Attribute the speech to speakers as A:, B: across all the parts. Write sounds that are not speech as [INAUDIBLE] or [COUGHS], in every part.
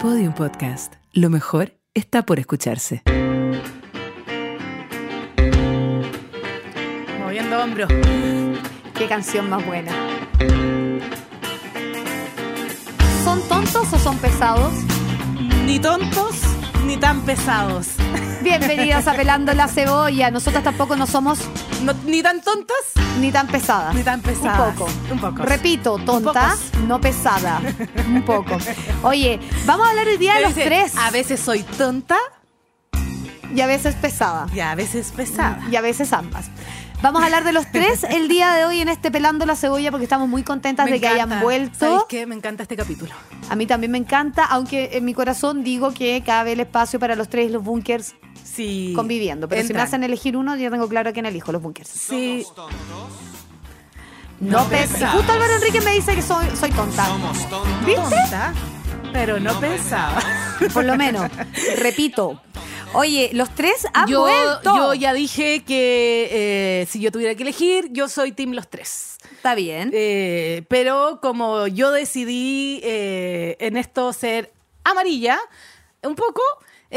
A: Podium Podcast. Lo mejor está por escucharse.
B: Moviendo hombros.
C: Qué canción más buena. ¿Son tontos o son pesados?
B: Ni tontos ni tan pesados.
C: Bienvenidas a Pelando la Cebolla. Nosotras tampoco no somos
B: No- ni tan tontas
C: ni tan pesadas.
B: ni tan pesadas.
C: Un poco.
B: Un poco.
C: Repito, tonta, no pesada. Un poco. Oye, vamos a hablar hoy día de
B: Pero
C: los
B: dice,
C: tres.
B: A veces soy tonta
C: Y a veces pesada.
B: y a veces pesada.
C: Y a veces ambas. Vamos a hablar de los tres el día de hoy en este Pelando la Cebolla porque estamos muy contentas
B: Me
C: de que
B: encanta.
C: hayan vuelto.
B: ¿Sabes qué? Me encanta este capítulo.
C: A mí también me encanta, aunque en mi corazón digo que cabe el espacio para los tres y los bunkers
B: Sí.
C: conviviendo. Pero si me
B: Entran.
C: hacen elegir uno, yo tengo claro a quién elijo los bunkers.
B: Sí.
C: No
B: No
C: pesa.
B: pesados.
C: Justo Álvaro Enrique me dice que soy, soy tonta. ¿Viste?
B: Tonta, pero no, pesada.
C: Por lo menos. Repito. Oye, los tres han
B: Yo,
C: vuelto.
B: yo ya dije que eh, si yo tuviera que elegir, yo soy Team Los Tres.
C: Está bien.
B: Eh, pero como yo decidí eh, en esto ser amarilla, un poco,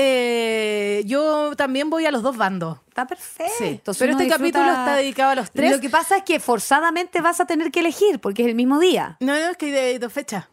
B: eh, yo también voy a los dos bandos.
C: está perfecto.
B: sí.
C: Entonces
B: Pero
C: uno
B: este capítulo está dedicado a los tres.
C: Lo que pasa es que forzadamente vas a tener que elegir porque es el mismo día.
B: No, no, es que hay de- dos fechas.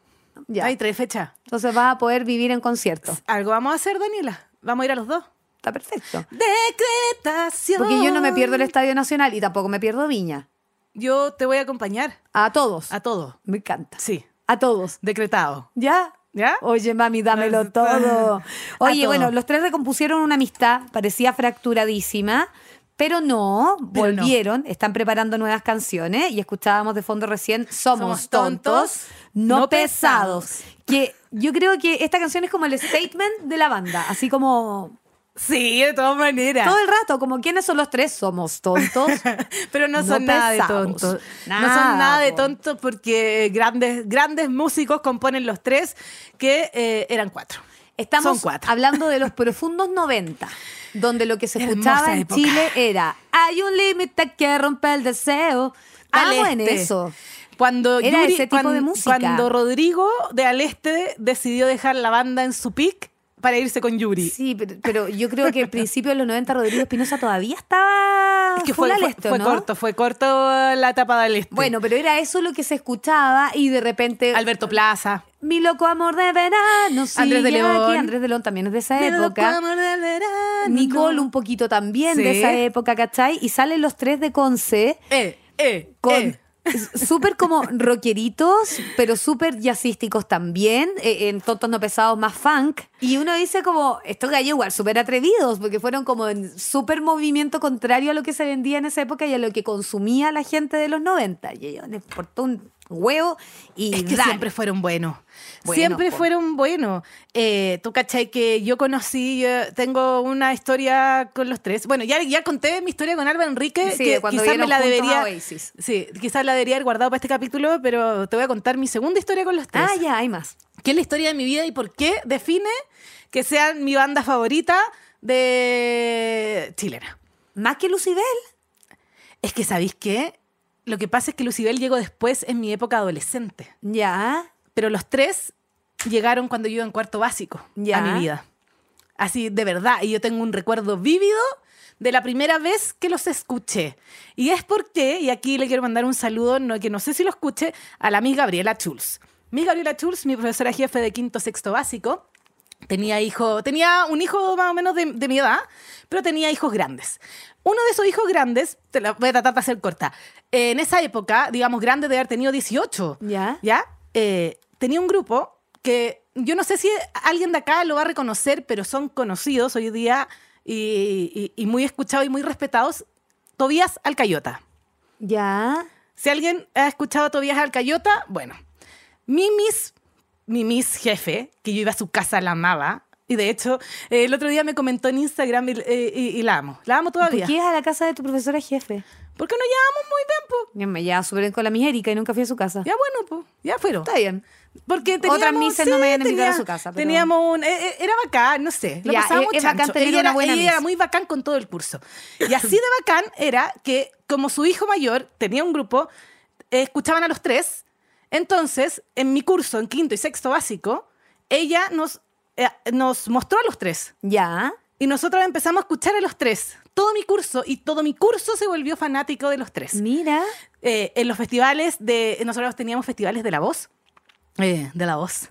C: Ya.
B: Hay tres fechas.
C: Entonces vas a poder vivir en concierto.
B: Algo vamos a hacer, Daniela. Vamos a ir a los dos.
C: Está perfecto.
B: Decretación.
C: Porque yo no me pierdo el Estadio Nacional y tampoco me pierdo Viña.
B: Yo te voy a acompañar
C: A todos.
B: a todo.
C: Me encanta.
B: Sí,
C: A todos.
B: decretado.
C: ¿Ya?
B: ¿Ya?
C: Oye, mami, dámelo
B: Los-
C: todo.
B: [LAUGHS] a
C: Oye,
B: todo.
C: bueno, los tres recompusieron una amistad, parecía fracturadísima, pero no,
B: Pero no.
C: volvieron, están preparando nuevas canciones y escuchábamos de fondo recién Somos,
B: Somos
C: tontos,
B: tontos,
C: no,
B: no
C: pesados.
B: pesados.
C: Que yo creo que esta canción es como el statement de la banda, así como
B: Sí, de todas maneras.
C: todo el rato, como quiénes son los tres, somos tontos.
B: [LAUGHS] Pero no
C: No
B: son nada de
C: pesados.
B: tontos. no
C: Nada,
B: son nada de
C: po.
B: tontos porque eh, grandes, grandes músicos componen los tres que eh, eran cuatro.
C: Estamos
B: Son cuatro.
C: hablando de los profundos 90, donde lo que se
B: Hermosa
C: escuchaba en
B: época.
C: Chile era hay un límite que rompe el deseo.
B: Al
C: Estamos en
B: Este.
C: eso.
B: Cuando
C: Era
B: Yuri-
C: ese tipo
B: cuan-
C: de música.
B: Cuando Rodrigo de Al Este decidió dejar la banda en su pick para irse con Yuri.
C: Sí, pero, pero yo creo que al principio de los 90 Rodrigo Espinosa todavía estaba
B: Es que
C: full
B: fue,
C: al
B: fue-
C: esto,
B: fue
C: ¿no?
B: corto, fue corto la etapa de Al Este.
C: Bueno, eh, pero era eso lo que se escuchaba y de repente
B: Alberto Plaza.
C: mi loco amor de verano sigue
B: de León.
C: aquí. Andrés de León también es de esa
B: Pero
C: época.
B: como del verano.
C: Nicole un poquito también de
B: Sí.
C: esa época, ¿cachai? Y salen los tres de Conce.
B: Eh, eh,
C: con
B: eh.
C: s- súper como rockeritos, pero súper jazzísticos también, eh, en tontos no pesados más funk. Y uno dice como, estos gallos igual súper atrevidos, porque fueron como en súper movimiento contrario a lo que se vendía en esa época y a lo que consumía la gente de los 90. Y ellos les portó un huevo y
B: Es que
C: dale.
B: siempre fueron buenos.
C: Bueno,
B: siempre
C: po.
B: fueron buenos. Eh, Tú cachai que yo conocí, eh, tengo una historia con los tres. Bueno, ya, ya conté mi historia con Alba Enrique,
C: Sí, de
B: que
C: cuando
B: quizás me
C: vieron
B: la
C: juntos a
B: debería.
C: Oasis.
B: Sí, quizás la debería haber guardado para este capítulo, pero te voy a contar mi segunda historia con los tres.
C: Ah, ya, hay más.
B: ¿Qué es la historia de mi vida y por qué define que sean mi banda favorita de chilena?
C: Más que Lucibel.
B: Es que, ¿sabéis qué? Lo que pasa es que Lucibel llegó después en mi época adolescente.
C: Ya.
B: pero los tres llegaron cuando yo iba en cuarto básico
C: Ya.
B: a mi vida. Así, de verdad. Y yo tengo un recuerdo vívido de la primera vez que los escuché. Y es porque, y aquí le quiero mandar un saludo, no, que no sé si lo escuche, a la Miss Gabriela Chulz. Miss Gabriela Chulz, mi profesora jefe de quinto sexto básico, tenía hijo, tenía un hijo más o menos de, de mi edad, pero tenía hijos grandes. Uno de esos hijos grandes, te la voy a tratar de hacer corta, en esa época, digamos, grande de haber tenido 18,
C: Ya.
B: ¿ya? Eh, tenía un grupo que yo no sé si alguien de acá lo va a reconocer, pero son conocidos hoy día y, y- y muy escuchados y muy respetados. Tobías Alcayota.
C: Ya.
B: Si alguien ha escuchado a Tobías Alcayota, bueno. Mi mis, mi mis jefe, que yo iba a su casa, la amaba. Y de hecho, eh, el otro día me comentó en Instagram y, eh, y- y la amo. La amo
C: ¿Por
B: todavía.
C: qué es a la casa de tu profesora jefe?
B: Porque no llevamos muy bien, po.
C: Yo me llevaba súper bien con la misérica y nunca fui a su casa.
B: Ya bueno, po. Ya fueron.
C: Está bien.
B: Porque teníamos,
C: Otras mises no me habían invitado a
B: tenía-
C: su casa, pero-
B: Teníamos un... eh, eh, Era bacán, no sé. Lo
C: Ya, e,
B: pasábamos
C: es- es bacán
B: chancho.
C: tener
B: ella
C: una
B: era,
C: buena
B: ella era
C: miss.
B: muy bacán con todo el curso. Y así de bacán era que, como su hijo mayor tenía un grupo, eh, escuchaban a los tres. Entonces, en mi curso, en quinto y sexto básico, ella nos eh, nos mostró a los tres.
C: Ya.
B: Y nosotros empezamos a escuchar a los tres. Todo mi curso y todo mi curso se volvió fanático de los tres.
C: Mira.
B: Eh, en los festivales de. Nosotros teníamos festivales de la voz. Eh, de la voz.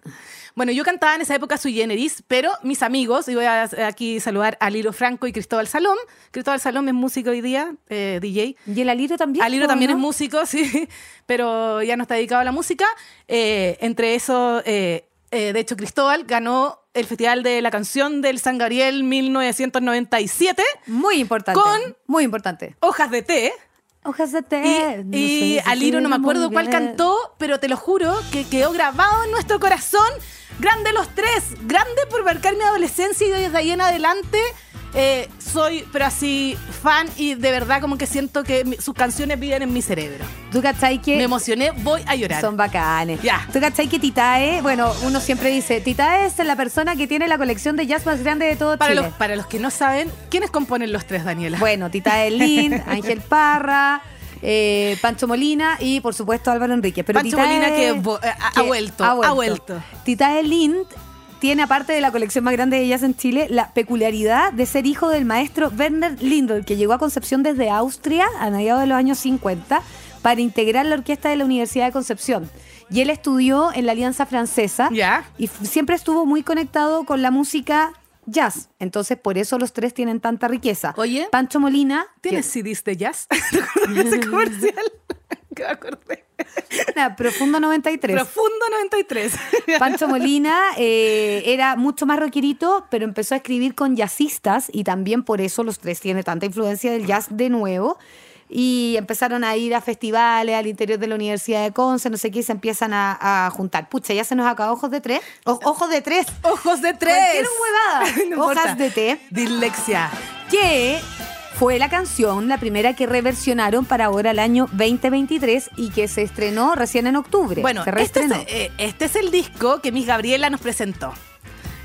B: Bueno, yo cantaba en esa época sui generis, pero mis amigos, y voy a eh, aquí saludar a Lilo Franco y Cristóbal Salom. Cristóbal Salom es músico hoy día, eh, DJ.
C: ¿Y el Aliro también?
B: Aliro
C: ¿o
B: también
C: no?
B: es músico, [LAUGHS] sí, pero ya no está dedicado a la música. Eh, entre eso, eh, eh, de hecho, Cristóbal ganó el Festival de la Canción del San Gabriel 1997,
C: Muy importante.
B: Con-
C: Muy importante.
B: Hojas de Té.
C: Hojas de té.
B: Y,
C: Eh, No
B: y
C: sé si
B: Aliro, no me acuerdo
C: muy
B: cuál
C: bien.
B: cantó, pero te lo juro que quedó grabado en nuestro corazón. Grande los tres, grande por marcar mi adolescencia y desde ahí en adelante eh, soy, pero así, fan y de verdad como que siento que mi- sus canciones viven en mi cerebro.
C: ¿Tú cachai que
B: Me emocioné, voy a llorar.
C: Son bacanes.
B: Ya.
C: ¿Tú cachai que Titae, bueno, uno siempre dice, Titae es la persona que tiene la colección de jazz más grande de todo
B: Para
C: Chile.
B: los, para los que no saben, ¿quiénes componen los [LAUGHS] tres, Daniela?
C: Bueno, Titae Lind, Ángel Parra, eh, Pancho Molina y por supuesto Álvaro Enríquez. Pero
B: Pancho
C: Titae-
B: Molina que vo- eh, ha- ha vuelto, ha vuelto.
C: Titae Lind tiene, aparte de la colección más grande de jazz en Chile, la peculiaridad de ser hijo del maestro Werner Lindel, que llegó a Concepción desde Austria a mediados de los años 50 para integrar la orquesta de la Universidad de Concepción. Y él estudió en la Alianza Francesa
B: Ya.
C: y f- siempre estuvo muy conectado con la música jazz. Entonces, por eso los tres tienen tanta riqueza.
B: Oye.
C: Pancho Molina.
B: ¿Tienes CDs de jazz? [LAUGHS] ¿Te acuerdas de ese comercial?
C: [LAUGHS]
B: que me acordé.
C: Nada, Profundo 93.
B: Profundo 93.
C: Pancho Molina eh, era mucho más rockerito, pero empezó a escribir con jazzistas y también por eso los tres tiene tanta influencia del jazz de nuevo. Y empezaron a ir a festivales al interior de la Universidad de Conce, no sé qué, y se empiezan a, a juntar. Pucha, ya se nos acabó Ojos de Tres. O- ojos de Tres.
B: [LAUGHS] Ojos de tres. [LAUGHS]
C: Cualquier huevada. Hojas de té.
B: Dilexia.
C: que fue la canción, la primera que reversionaron para ahora el año 2023 y que se estrenó recién en octubre.
B: Bueno,
C: se
B: este es,
C: reestrenó
B: eh, este es el disco que Miss Gabriela nos presentó.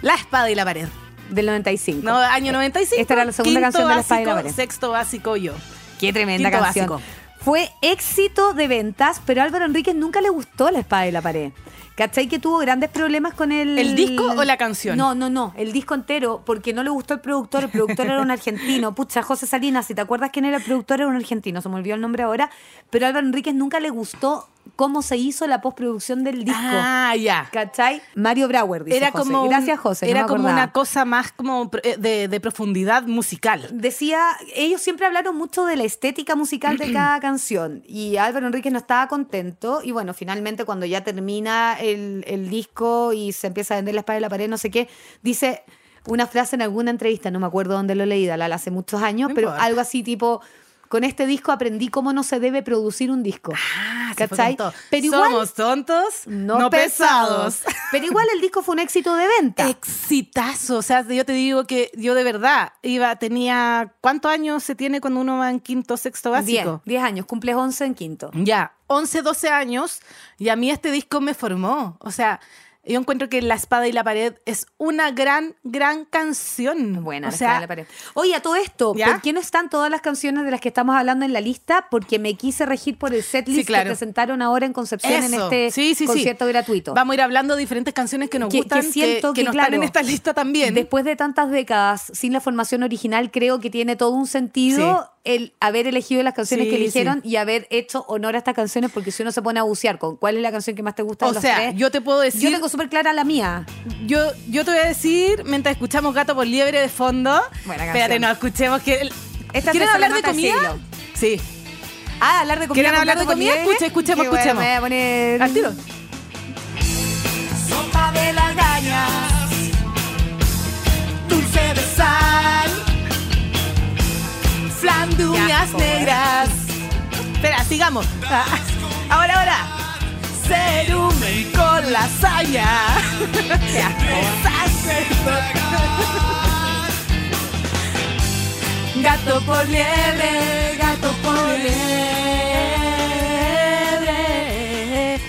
B: La espada y la pared.
C: del 95.
B: eh, No, año 95.
C: Eh, Esta era la segunda
B: quinto
C: canción de La espada y la
B: básico,
C: pared.
B: Sexto básico yo.
C: Qué tremenda
B: Quinto
C: canción.
B: básico.
C: Fue éxito de ventas, pero a Álvaro Enríquez nunca le gustó la espada y la pared. ¿Cachai que tuvo grandes problemas con el...
B: ¿El disco o la canción?
C: No, no, no, el disco entero, porque no le gustó el productor, el productor era
B: [LAUGHS]
C: un argentino, pucha, José Salinas, si te acuerdas quién era el productor, era un argentino, se me olvidó el nombre ahora, pero a Álvaro Enríquez nunca le gustó cómo se hizo la postproducción del disco.
B: Ah, ya.
C: ¿Cachai? Mario Brauer, dice
B: Era
C: José.
B: como. un-
C: Gracias, José. no
B: Era
C: me
B: como
C: acordaba
B: una cosa más como pro- eh, de, de profundidad musical.
C: decía, ellos siempre hablaron mucho de la estética musical
B: [CLEARS THROAT]
C: de cada canción y Álvaro Enríquez no estaba contento y bueno, finalmente cuando ya termina el, el disco y se empieza a vender la espada de la pared, no sé qué, dice una frase en alguna entrevista, no me acuerdo dónde lo leí, Dalal, hace muchos años,
B: No
C: pero
B: importa.
C: algo así tipo... Con este disco aprendí cómo no se debe producir un disco.
B: Ah, se fue
C: ¿Cachai?
B: con todo.
C: Pero igual,
B: Somos tontos, no, pesados.
C: Pero igual el disco fue un éxito de venta.
B: Exitazo, o sea, yo te digo que yo de verdad iba, tenía, ¿cuántos años se tiene cuando uno va en quinto, sexto
C: Diez,
B: básico?
C: 10 años, cumples 11 en quinto.
B: Ya, 11, 12 años y a mí este disco me formó, o sea, yo encuentro que La espada y la pared es una gran, gran canción.
C: Buena,
B: o
C: la
B: sea,
C: espada de la pared. Oye, a todo esto,
B: ¿Ya?
C: ¿por qué no están todas las canciones de las que estamos hablando en la lista? Porque me quise regir por el setlist
B: Sí, claro.
C: que presentaron ahora en Concepción en
B: Eso.
C: este
B: Sí, sí, sí.
C: concierto gratuito.
B: Vamos a ir hablando de diferentes canciones que nos
C: Que- que
B: gustan, que,
C: siento
B: que
C: que,
B: no
C: claro,
B: están en esta lista también.
C: Después de tantas décadas sin la formación original, creo que tiene todo un sentido el haber elegido las canciones
B: Sí,
C: que eligieron y haber hecho honor a estas canciones, porque si uno se pone a bucear con cuál es la canción que más te gusta de
B: o
C: los
B: sea,
C: tres,
B: yo te puedo decir...
C: yo tengo súper clara la mía.
B: Yo, yo te voy a decir, mientras escuchamos Gato por Liebre de fondo.
C: Buena canción.
B: Espérate, no escuchemos que. el-
C: Esta
B: ¿Quieren
C: es
B: hablar
C: la
B: de
C: nota del
B: comida? Sí.
C: Ah, hablar de comida.
B: ¿Quieren
C: con
B: hablar de
C: Gato
B: comida?
C: Collier.
B: Escuche, escuchemos,
C: Qué bueno,
B: escuchemos.
C: me voy a poner-
B: Al tiro.
D: sopa de lagañas, dulce de sal, flan de uñas
B: Ya, po,
D: negras,
B: Espera, sigamos. Ah, Ahora, ahora.
D: cerumen con lasaña,
B: ¿eh?
D: gato por liebre, gato por liebre.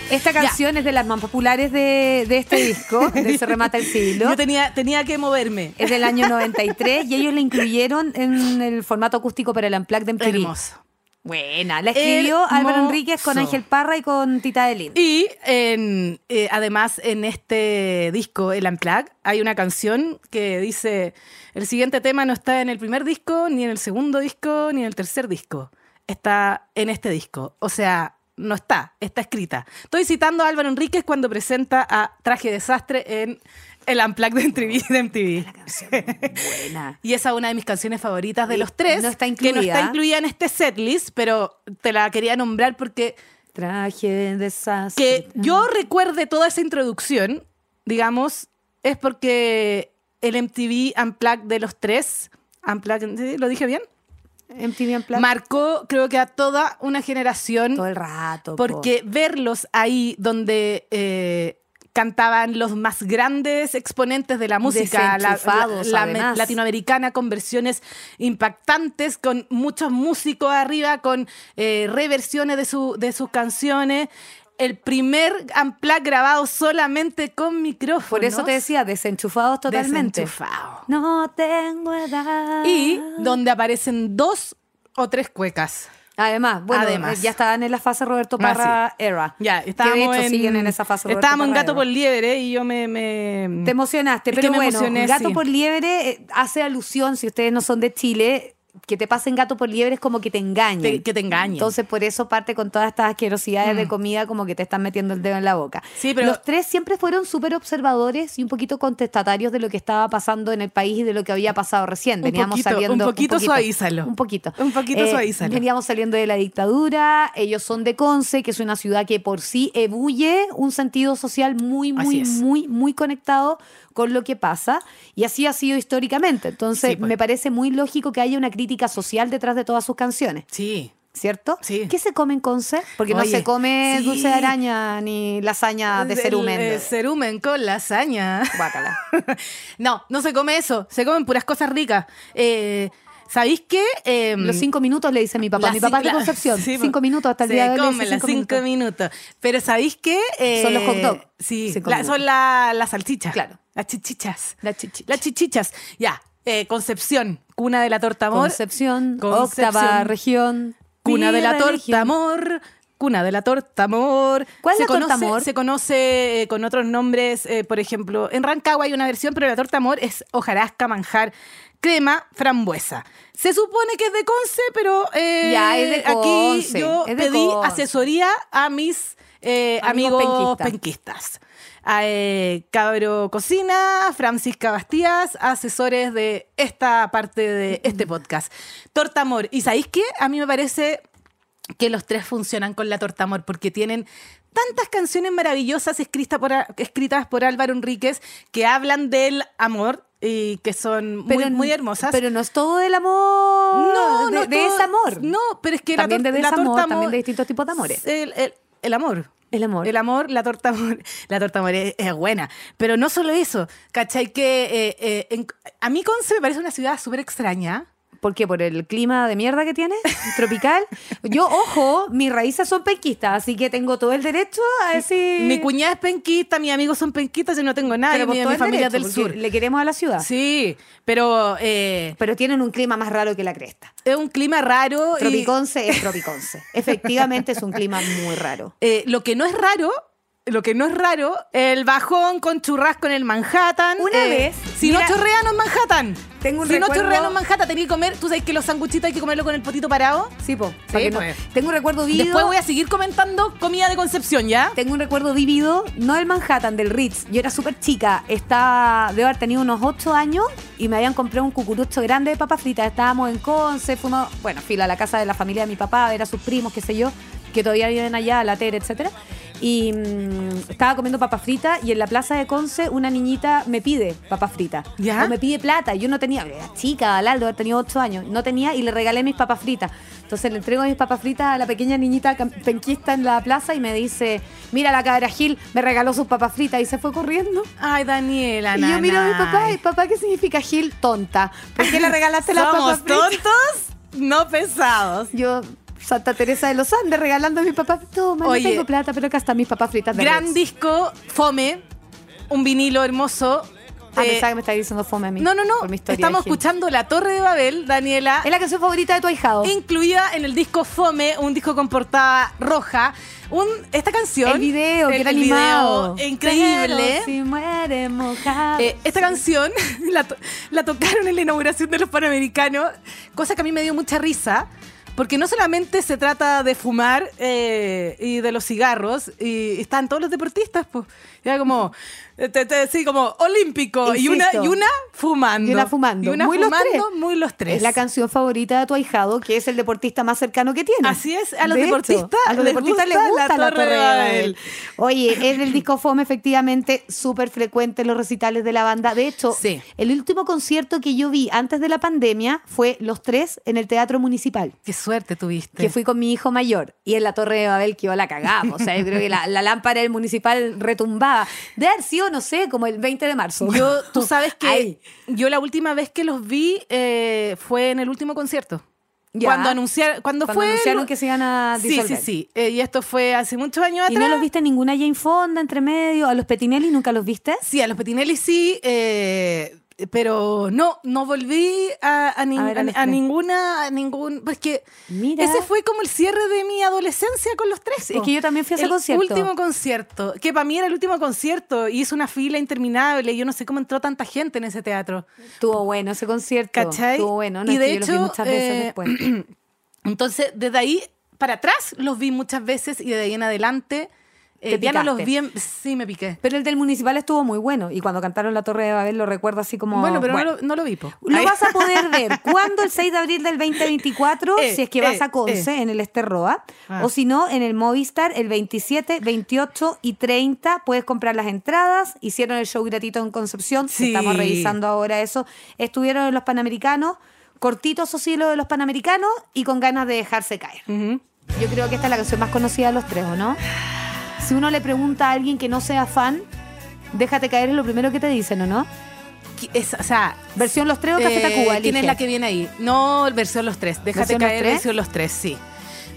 C: Esta canción es de las más populares de, de este disco, de Se Remata el
B: [LAUGHS]
C: Siglo.
B: Yo tenía, tenía que moverme.
C: Es del año 93 y ellos la incluyeron en el formato acústico para el Unplugged de MTV.
B: Hermoso.
C: Buena, la escribió Álvaro
B: Hermoso.
C: Enríquez con Ángel Parra y con Tita de Lin.
B: Y en, eh, además en este disco, el Unplugged, hay una canción que dice, el siguiente tema no está en el primer disco, ni en el segundo disco, ni en el tercer disco. Está en este disco. O sea, no está, está escrita. Estoy citando a Álvaro Enríquez cuando presenta a Traje Desastre en el Unplugged de MTV. de MTV.
C: Buena.
B: Y esa es una de mis canciones favoritas de
C: Y
B: los tres.
C: no está
B: Que no está
C: incluida.
B: incluida en este setlist, pero te la quería nombrar porque
C: Traje de desastre.
B: que yo recuerde toda esa introducción, digamos, es porque el MTV Unplugged de los tres, Unplugged, ¿sí? ¿lo dije bien?
C: MTV Unplugged.
B: Marcó, creo que a toda una generación,
C: Todo el rato. po.
B: porque verlos ahí donde eh, cantaban los más grandes exponentes de la música la-
C: Desenchufados,
B: me-
C: además.
B: latinoamericana, con versiones impactantes, con muchos músicos arriba, con eh, reversiones de, su- de sus canciones. El primer Amplac grabado solamente con micrófono.
C: Por eso te decía, desenchufados totalmente. No tengo edad.
B: Y donde aparecen dos o tres cuecas.
C: Además, bueno,
B: Además.
C: eh, ya estaban en la fase Roberto
B: Ah,
C: Parra era.
B: Ya,
C: que de
B: estábamos
C: hecho
B: en,
C: siguen en esa fase Roberto
B: Estábamos en
C: Parra
B: Gato
C: era.
B: por Liebre y yo me... me-
C: Te emocionaste,
B: Mm. Es que
C: pero
B: me
C: bueno,
B: emocioné,
C: Gato
B: sí.
C: por Liebre eh, hace alusión, si ustedes no son de Chile, que te pasen Gato por Liebre es como que te engañen.
B: Te- que te engañen. Mm.
C: Entonces, por eso parte con todas estas asquerosidades de comida, como que te están metiendo el dedo en la boca.
B: Sí, pero-
C: Los tres siempre fueron súper observadores y un poquito contestatarios de lo que estaba pasando en el país y de lo que había pasado recién.
B: Un
C: Veníamos
B: poquito,
C: saliendo.
B: un poquito suavízalo.
C: Un poquito. Eh,
B: Un poquito suavízalo.
C: Veníamos saliendo de la dictadura, ellos son de Conce, que es una ciudad que por sí ebulle un sentido social muy,
B: Así
C: muy,
B: es.
C: muy, muy conectado con lo que pasa y así ha sido históricamente. Entonces,
B: Sí, pues.
C: me parece muy lógico que haya una crítica social detrás de todas sus canciones,
B: Sí.
C: ¿cierto?
B: Sí.
C: ¿Qué se come en Conce? Porque no
B: Oye,
C: se come
B: sí.
C: dulce de araña ni lasaña Ah, de
B: Del,
C: cerumen.
B: eh, cerumen con lasaña. [LAUGHS]
C: Guácala.
B: No, no se come eso. Se comen puras cosas ricas. Eh, ¿Sabéis qué? Eh,
C: Los cinco minutos le dice mi papá.
B: las
C: Mi papá
B: cin-
C: es de
B: la- [LAUGHS]
C: Concepción.
B: sí,
C: cinco
B: po.
C: minutos hasta el día de hoy.
B: Se
C: le dice
B: comen las
C: cinco
B: cinco
C: minutos.
B: minutos. Pero ¿sabéis qué? Eh,
C: Son los hot dog.
B: Sí,
C: Cinco
B: la-
C: minutos.
B: son la- las salchichas.
C: Claro.
B: Las chichichas.
C: La chichicha.
B: Las chichichas. Ya. eh, Concepción, cuna de la torta amor.
C: Concepción,
B: Concepción.
C: octava región.
B: Cuna de la
C: mi
B: torta
C: religión.
B: amor. Cuna de la torta amor.
C: ¿Cuál es
B: se
C: la torta
B: conoce,
C: amor?
B: Se conoce eh, con otros nombres, eh, por ejemplo, en Rancagua hay una versión, pero la torta amor es hojarasca, manjar, crema, frambuesa. Se supone que es de Conce, pero eh,
C: Ya, es de
B: aquí
C: Conce,
B: yo
C: es de
B: pedí
C: Conce.
B: asesoría a mis eh,
C: Amigos
B: amigos,
C: penquistas.
B: penquistas. A, eh, Cabro Cocina, Francisca Bastías, asesores de esta parte de este
C: Mm.
B: podcast. Torta Amor. ¿Y sabéis qué? A mí me parece que los tres funcionan con la Torta Amor porque tienen tantas canciones maravillosas escritas por, escritas por Álvaro Enríquez que hablan del amor y que son muy, muy hermosas.
C: Pero no es todo del amor.
B: no,
C: de,
B: no
C: de
B: todo-
C: ese amor.
B: No, pero es que la
C: También
B: tor-
C: de
B: la
C: desamor,
B: torta amor,
C: también de distintos tipos de amores.
B: El, el- el amor.
C: El amor.
B: El amor, la torta amor, [LAUGHS] la torta amor es, es buena. Pero no solo eso, ¿cachai? Que eh, eh, en- a mí Conce me parece una ciudad súper extraña.
C: ¿Por qué? ¿Por el clima de mierda
B: [LAUGHS]
C: que tiene? ¿Tropical? Yo, ojo, mis raíces son penquistas, así que tengo todo el derecho a decir...
B: Mi cuñada es penquista, mis amigos son penquistas, yo no tengo nada,
C: Pero
B: y
C: por
B: mi,
C: todo
B: mi
C: el
B: familia es
C: derecho,
B: del
C: porque
B: sur.
C: Le queremos a la ciudad.
B: Sí, pero eh,
C: Pero tienen un clima más raro que la cresta.
B: es un clima raro. y-
C: Tropiconce es tropiconce. Efectivamente es un clima muy raro.
B: Eh, lo que no es raro, lo que no es raro, el bajón con churrasco en el Manhattan.
C: Una
B: eh,
C: vez,
B: Si
C: mira-
B: no chorreano en Manhattan.
C: Tengo un
B: si
C: recuerdo-
B: no chorreano en Manhattan, tenés que comer. Tú sabes que los sanguchitos hay que comerlo con el potito parado.
C: Sí, po.
B: Sí,
C: para que no-
B: pues.
C: Tengo un recuerdo vivo.
B: Después voy a seguir comentando comida de Concepción, ¿ya?
C: Tengo un recuerdo vivido, no del Manhattan, del Ritz. Yo era súper chica, estaba, debo haber tenido unos 8 años y me habían comprado un cucurucho grande de papas fritas. Estábamos en Conce, fuimos, bueno, fila a la casa de la familia de mi papá, a ver a sus primos, qué sé yo, que todavía viven allá, a la Tere, etcétera. Y mm, estaba comiendo papas fritas y en la plaza de Conce una niñita me pide papas fritas.
B: ¿Ya?
C: O me pide plata. Yo no tenía, era chica, Alaldo, haber tenido 8 años. No tenía y le regalé mis papas fritas. Entonces le entrego mis papas fritas a la pequeña niñita cam- penquista en la plaza y me dice, mira la cabra Gil, me regaló sus papas fritas y se fue corriendo.
B: Ay, Daniela,
C: y yo miro a mi papá y
B: nanay.
C: papá, ¿qué significa Gil? Tonta. ¿Por qué le regalaste las papas
B: ¿Somos
C: fritas?
B: tontos? No pesados.
C: Yo, Santa Teresa de los Andes, regalando a mis papás. Toma,
B: Oye.
C: no tengo plata, pero acá están mis papas fritas. de
B: Gran
C: Ritz".
B: disco, Fome, un vinilo hermoso,
C: Ah,
B: Eh,
C: pensaba que me estabas diciendo fome a mí.
B: No, no, no.
C: por mi historia
B: Estamos
C: de Jim.
B: escuchando La Torre de Babel, Daniela.
C: Es la canción favorita de tu ahijado.
B: Incluida en el disco Fome, un disco con portada roja. Un, esta canción.
C: El video, que era
B: el
C: animado.
B: video, increíble.
C: Pero si muere mojado.
B: Eh, esta canción [LAUGHS] la, to- la tocaron en la inauguración de los Panamericanos, cosa que a mí me dio mucha risa, porque no solamente se trata de fumar eh, y de los cigarros, y están todos los deportistas, pues, ya como, eh, te- te- sí, como olímpico, y una,
C: Insisto.
B: y una fumando.
C: Y una fumando.
B: Y una
C: Muy los
B: fumando,
C: tres.
B: muy los tres.
C: Es la canción favorita de tu ahijado, que es el deportista más cercano que tiene.
B: Así es, a los
C: De hecho,
B: deportistas
C: a los
B: les
C: deportistas
B: gusta
C: les gusta
B: la Torre de Babel.
C: Oye, en el disco Fome, efectivamente, súper frecuente los recitales de la banda. De hecho,
B: Sí.
C: el último concierto que yo vi antes de la pandemia fue los tres en el Teatro Municipal.
B: Qué suerte tuviste.
C: Que fui con mi hijo mayor y en la Torre de Babel que yo la cagaba. O sea, yo creo que la, la lámpara del municipal retumbaba. De haber sido, no sé, como el 20 de marzo.
B: Yo, tú sabes que
C: Ahí.
B: yo la última vez que los vi eh, fue en el último concierto.
C: Ya.
B: Cuando anunciaron, cuando,
C: [LAUGHS] Cuando
B: fue el-
C: anunciaron que se iban a
B: Sí,
C: disolver.
B: sí, sí. Eh, y esto fue hace muchos años
C: ¿Y
B: atrás.
C: no los viste ninguna Jane Fonda entre medio? ¿A los Petinelli nunca los viste?
B: Sí, a los Petinelli sí, eh, pero no, no volví a, a nin-
C: A ver, a
B: a-
C: los
B: a
C: tres.
B: ninguna, a ningún, porque
C: Mira.
B: ese fue como el cierre de mi adolescencia con los tres.
C: Es que yo también fui a ese
B: el
C: concierto.
B: último concierto, que para mí era el último concierto, y hizo una fila interminable, yo no sé cómo entró tanta gente en ese teatro.
C: Estuvo bueno ese concierto.
B: ¿Cachai?
C: Estuvo bueno. No,
B: Y
C: es que
B: de
C: yo los vi
B: hecho,
C: muchas veces
B: eh,
C: después.
B: Entonces, desde ahí para atrás los vi muchas veces y de ahí en adelante eh,
C: Te
B: ya no los
C: picaste.
B: vi, en- sí me piqué.
C: Pero el del municipal estuvo muy bueno. Y cuando cantaron La Torre de Babel lo recuerdo así como...
B: bueno, pero No, lo, no lo vi, po.
C: Lo
B: Ahí.
C: vas a [LAUGHS] poder ver cuando el 6 de abril del 2024,
B: Eh,
C: si es que
B: eh,
C: vas a Conce, en el Esterroa,
B: Ah.
C: o si no, en el Movistar, el 27, 28 y 30 puedes comprar las entradas. Hicieron el show gratuito en Concepción,
B: Sí.
C: estamos revisando ahora eso. Estuvieron en los Panamericanos, cortitos o sí lo de los Panamericanos y con ganas de dejarse caer.
B: Ujú.
C: Yo creo que esta es la canción más conocida de los tres, ¿o no? Si uno le pregunta a alguien que no sea fan, déjate caer es lo primero que te dicen, ¿o no?
B: Qui- es- o sea,
C: Versión Los Tres o Café
B: eh,
C: Tacuba.
B: ¿Quién es
C: elige.
B: la que viene ahí? No, el versión Los Tres. Déjate
C: ¿Versión Los
B: caer,
C: Tres?
B: versión Los Tres, sí.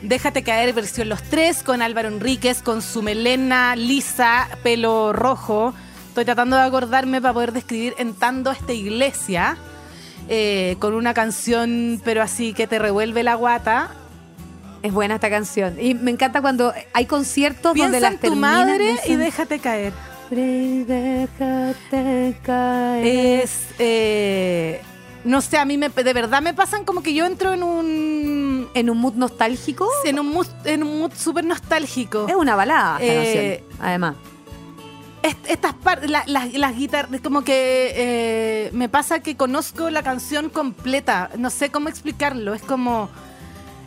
B: Déjate caer, versión Los Tres, con Álvaro Enríquez, con su melena lisa, pelo rojo. Estoy tratando de acordarme para poder describir entrando a esta iglesia eh, con una canción, pero así que te revuelve la guata.
C: Es buena esta canción. Y me encanta cuando hay conciertos donde
B: Piensa
C: las
B: en tu
C: terminan
B: madre y
C: dicen,
B: déjate caer.
C: "Bre, déjate caer".
B: Es. eh, no sé, a mí me, de verdad me pasan como que yo entro en un.
C: en un mood nostálgico.
B: En un mood, en un mood súper nostálgico.
C: Es una balada esta
B: Eh,
C: canción, Además.
B: Est- estas partes, las, las guitarras, como que eh, me pasa que conozco la canción completa. No sé cómo explicarlo. Es como.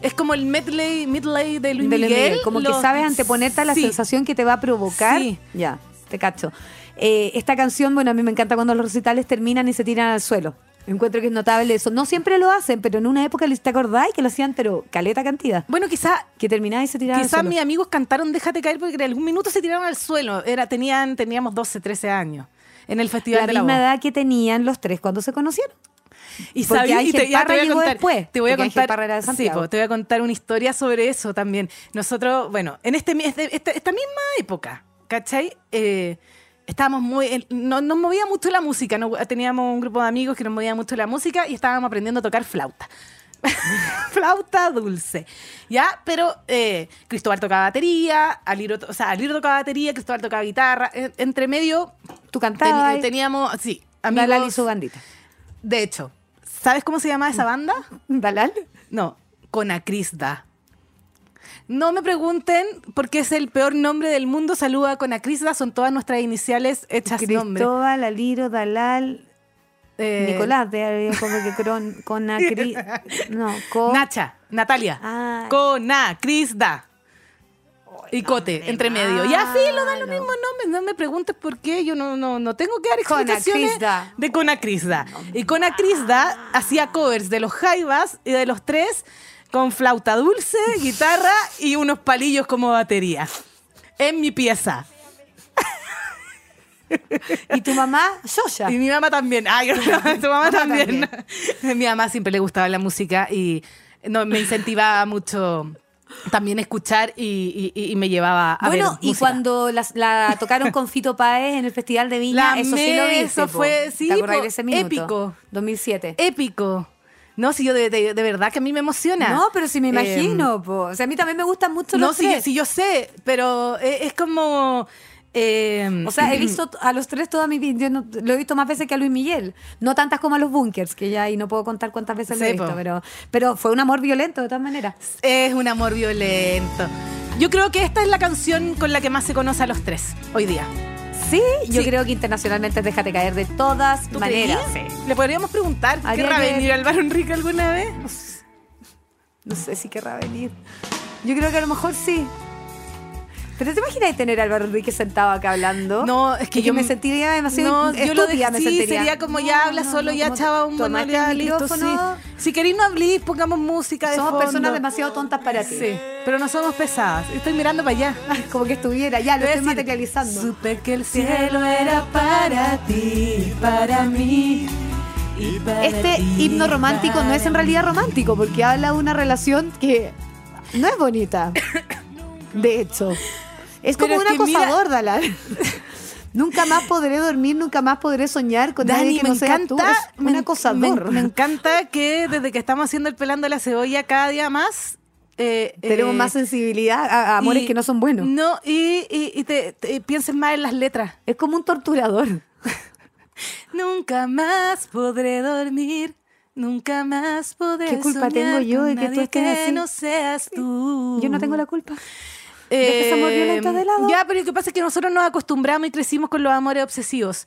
B: Es como el medley, medley de Luis
C: de Luis
B: Miguel.
C: Miguel, como que
B: Los-
C: sabes anteponerte a la
B: Sí.
C: sensación que te va a provocar.
B: Sí.
C: Ya, te cacho. Eh, esta canción, bueno, a mí me encanta cuando los recitales terminan y se tiran al suelo. Encuentro que es notable eso. No siempre lo hacen, pero en una época, ¿te acordáis que lo hacían, pero caleta cantidad?
B: Bueno, quizá
C: Que terminaba y se tiraba al
B: Quizás
C: suelo.
B: mis amigos cantaron Déjate caer porque en algún minuto se tiraron al suelo. Era, tenían, teníamos 12, 13 años en el Festival
C: la
B: de la
C: misma
B: Voz.
C: edad que tenían los tres cuando se conocieron.
B: Y
C: porque
B: sabía- y
C: Ángel
B: ya
C: Parra llegó
B: contar,
C: después,
B: Te voy a
C: porque Ángel
B: contar,
C: Parra era de
B: sí,
C: Santiago.
B: po, te voy a contar una historia sobre eso también. Nosotros, bueno, en este, mi- este- esta, esta misma época, ¿cachai? Eh, estábamos muy, el- no, nos movía mucho la música. no- teníamos un grupo de amigos que nos movía mucho la música y estábamos aprendiendo a tocar flauta. [LAUGHS] flauta dulce. ¿Ya? Pero eh, Cristóbal tocaba batería, Aliro, to- o sea, Aliro tocaba batería, Cristóbal tocaba guitarra. En- entre medio
C: Tú
B: teni-
C: cantabas.
B: teníamos, sí,
C: Dalal y
B: amigos.
C: su bandita.
B: De hecho, ¿sabes cómo se llama esa banda?
C: ¿Dalal?
B: No, Conacrisda. No me pregunten porque es el peor nombre del mundo. Saluda a Conacrisda, son todas nuestras iniciales hechas nombre.
C: Cristóbal, Aliro, Dalal,
B: Eh,
C: Nicolás, de como que cron- con acri- No, [LAUGHS] con.
B: Nacha, Natalia.
C: Ah.
B: Conacrisda. Y Cote, entre medio. Ya sí, lo dan los
C: Claro.
B: mismos nombres. No me preguntes por qué. Yo no, no, no tengo que dar explicaciones
C: Conacrisda.
B: de Conacrisda. Y Conacrisda hacía covers de los Jaivas y de los tres con flauta dulce, guitarra y unos palillos como batería. En mi pieza.
C: Y tu mamá, Soya.
B: Y mi mamá también. [LAUGHS]
C: [LAUGHS]
B: Ay, tu mamá [LAUGHS]
C: mamá
B: también. mi mamá siempre le gustaba la música y no, me incentivaba mucho también escuchar y, y- y- y me llevaba a ver
C: bueno, y
B: música.
C: cuando las- la, tocaron con Fito Páez en el Festival de Viña,
B: La
C: eso sí lo
B: amé,
C: viste.
B: eso
C: po.
B: fue- sí,
C: ¿Te acordás
B: po,
C: de ese minuto?
B: épico.
C: 2007.
B: épico. No, si yo de, de- de verdad que a mí me emociona.
C: No, pero sí me
B: Eh,
C: imagino, po. O sea, a mí también me gustan mucho
B: no,
C: los
B: si,
C: tres.
B: si yo sé, pero e- es, como... eh,
C: O sea, he
B: [CLEARS THROAT]
C: visto t- a los tres toda mi vida. Yo no- lo he visto más veces que a Luis Miguel. No tantas como a los bunkers, que ya ahí no puedo contar cuántas veces lo he
B: Sí, po.
C: visto, pero, pero fue un amor violento de todas maneras.
B: es un amor violento. Yo creo que esta es la canción con la que más se conoce a los tres hoy día.
C: Sí, yo
B: Sí.
C: creo que internacionalmente es déjate caer de todas
B: ¿Tú
C: maneras.
B: creí? Le podríamos preguntar,
C: Habría
B: ¿querrá
C: que-
B: venir Álvaro Enrique alguna vez?
C: No sé si querrá venir. Yo creo que a lo mejor sí. Pero te imaginas tener a Álvaro Enrique sentado acá hablando.
B: No, es que yo
C: me
B: m-
C: sentiría demasiado
B: No,
C: estúpida,
B: yo lo dejé,
C: me
B: sí,
C: sentiría.
B: sería como
C: No,
B: ya habla
C: no,
B: solo,
C: no,
B: ya
C: como
B: chava un
C: tomaste
B: monólogo,
C: el
B: listo, sí.
C: micrófono.
B: Si queréis no hablís, pongamos música de
C: Somos
B: fondo.
C: personas demasiado tontas para ti.
B: Sí, pero no somos pesadas. Estoy mirando para allá.
C: [LAUGHS] Como que estuviera, ya lo
B: Voy a
C: estoy
B: decir,
C: materializando.
B: Supe que el cielo era para ti, para mí. y para
C: Este
B: ti,
C: himno romántico no es en
B: para
C: realidad romántico porque habla de una relación que no
B: [COUGHS]
C: es bonita. De hecho, es como
B: Pero
C: un
B: es que mira-
C: acosador, Dalar. [LAUGHS] Nunca más podré dormir, nunca más podré soñar con
B: Dani,
C: nadie que
B: me
C: Pues no sea tú.
B: encanta,
C: Es un
B: me-
C: acosador.
B: Me, me encanta que desde que estamos haciendo el pelando la cebolla cada día más eh,
C: [LAUGHS] Tenemos
B: eh,
C: más sensibilidad a, a amores
B: y-
C: que no son buenos.
B: No, y, y- y te, te- pienses más en las letras.
C: Es como un torturador.
B: Nunca más podré dormir. Nunca más podré
C: ¿Qué culpa
B: soñar
C: tengo yo
B: con
C: de que tú
B: nadie
C: estés así?
B: no seas tú.
C: Yo no tengo la culpa.
B: Mm.
C: Deja ese amor violento de lado.
B: Eh, Ya, pero lo que pasa es que nosotros nos acostumbramos y crecimos con los amores obsesivos.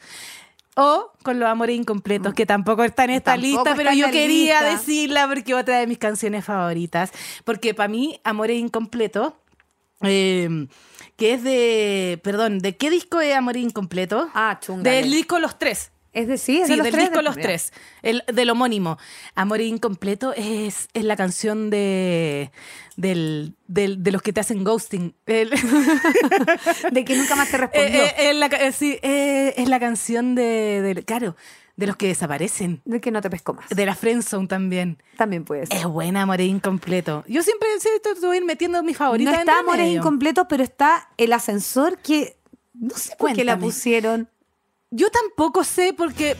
B: O con los amores incompletos, que tampoco está en esta
C: Tampoco
B: lista,
C: está
B: pero
C: en
B: yo
C: la
B: quería
C: lista.
B: decirla porque otra de mis canciones favoritas. Porque para mí, Amores Incompletos, eh, que es de. Perdón, ¿de qué disco es Amores Incompletos?
C: Ah, chunga.
B: Del disco Los Tres.
C: Es decir,
B: Sí, del disco Los Tres, el, del homónimo. Amor Incompleto es, es la canción de, del, del- de los que te hacen ghosting. El-
C: De que nunca más te respondió.
B: [LAUGHS] eh, eh, es la ca- eh, sí, eh, es la canción de, del- claro, de los que desaparecen,
C: De que no te pesco más.
B: de la friendzone también.
C: También puede ser.
B: Es buena Amor Incompleto. Yo siempre sí, te- te voy a ir metiendo mis favoritas.
C: No está
B: entre
C: Amores
B: medio.
C: Incompletos, pero está el ascensor que no sé por qué la
B: Cuéntame.
C: pusieron.
B: Yo tampoco sé porque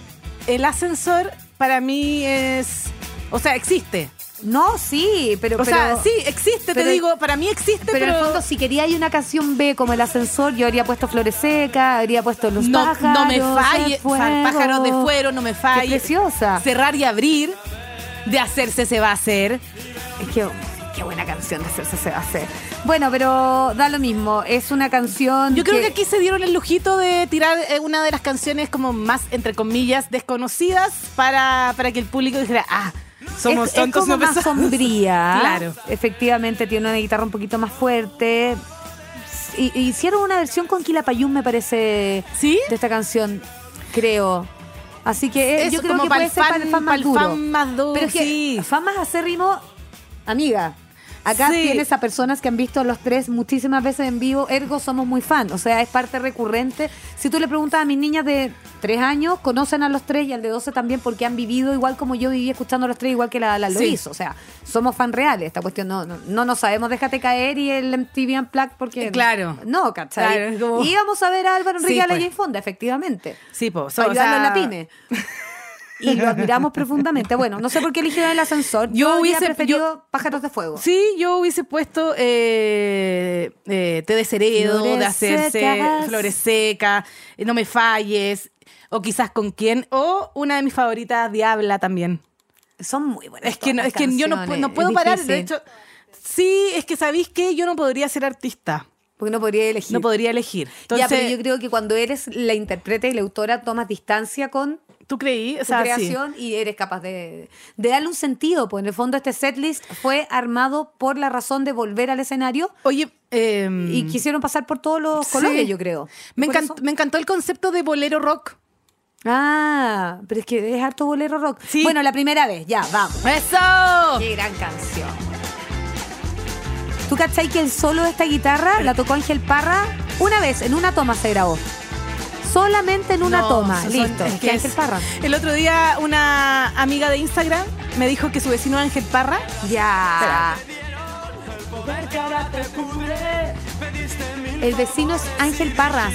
B: el ascensor para mí es, o sea, existe.
C: No, sí, pero.
B: O sea,
C: pero-
B: sí, existe,
C: pero-
B: te digo, para mí existe,
C: Pero,
B: pero,
C: en el fondo, si quería hay una canción B como el ascensor, yo habría puesto Flores Seca, habría puesto Los
B: no,
C: Pájaros.
B: no me falle,
C: de Fuego.
B: fa- pájaros de fuero, no me
C: Qué
B: falle.
C: preciosa.
B: Cerrar y abrir, de hacerse se va a hacer.
C: Es que, qué buena canción de hacerse se va a hacer. Bueno, pero da lo mismo. Es una canción.
B: Yo creo que aquí se dieron el lujito de tirar eh, una de las canciones como más, entre comillas, desconocidas para, para que el público dijera, ah, somos
C: es, es
B: tontos,
C: como
B: no
C: más
B: pensamos.
C: sombría.
B: [LAUGHS] Claro.
C: Efectivamente, tiene una guitarra un poquito más fuerte. Y- y hicieron una versión con Quilapayún, me parece,
B: ¿Sí?
C: de esta canción, creo. Así que eh,
B: Eso,
C: yo creo
B: como
C: que
B: pa'l
C: puede ser para el fan más
B: pa'l
C: duro.
B: fan más duro,
C: Pero es que
B: sí.
C: fan más acérrimo, amiga. Acá
B: Sí.
C: tienes a personas que han visto a los tres muchísimas veces en vivo, ergo somos muy fan. O sea, es parte recurrente. Si tú le preguntas a mis niñas de tres años, conocen a los tres y al de 12 también porque han vivido igual como yo viví escuchando a los tres, igual que la, la lo
B: Sí.
C: hizo. O sea, somos fan reales. Esta cuestión no, no, no nos sabemos, déjate caer y el MTV Unplugged porque.
B: Eh, claro.
C: No, ¿cachai?
B: Claro, es como-
C: Y íbamos a ver a Álvaro Enrique
B: Sí,
C: a la
B: pues.
C: Jane Fonda, efectivamente.
B: Sí, po, so,
C: Para
B: o sea,
C: ayudarlo en la pyme. Y lo admiramos profundamente. Bueno, no sé por qué eligieron el ascensor. Yo,
B: Yo
C: hubiera
B: hubiese-
C: preferido Pájaros de Fuego.
B: Sí, yo hubiese puesto eh, eh, Te desheredo,
C: Flores
B: de hacerse,
C: secas.
B: Flores seca, eh, No me falles, o quizás con quién, o una de mis favoritas, Diabla también.
C: Son muy buenas.
B: Es que, no, es
C: todas
B: que yo no, pu-
C: canciones.
B: no puedo
C: Es
B: parar, de
C: difícil,
B: hecho, sí, es que sabéis que yo no podría ser artista,
C: Porque no podría elegir.
B: no podría elegir.
C: ya,
B: Entonces,
C: pero yo creo que cuando eres la intérprete y la autora, tomas distancia con
B: ¿tú creí? O
C: tu
B: sea, sí.
C: creación y eres capaz de, de darle un sentido. Pues en el fondo, este setlist fue armado por la razón de volver al escenario
B: Oye, eh,
C: y quisieron pasar por todos los
B: Sí.
C: colores, yo creo.
B: me,
C: Por
B: encan-
C: eso-
B: me encantó el concepto de bolero rock.
C: Ah, pero es que es harto bolero rock.
B: Sí.
C: Bueno, la primera vez, ya, vamos.
B: ¡Eso!
C: [LAUGHS] Qué gran canción. ¿Tú cachai que el solo de esta guitarra la tocó Ángel Parra? Una vez, en una toma se grabó. Solamente en una
B: No,
C: toma,
B: son-
C: listo.
B: es
C: Es
B: que
C: que Ángel
B: es-
C: Parra.
B: El otro día una amiga de Instagram me dijo que su vecino Ángel Parra
C: Ya.
D: Máscara te cubre. Pediste mil
C: El vecino es Ángel Parra.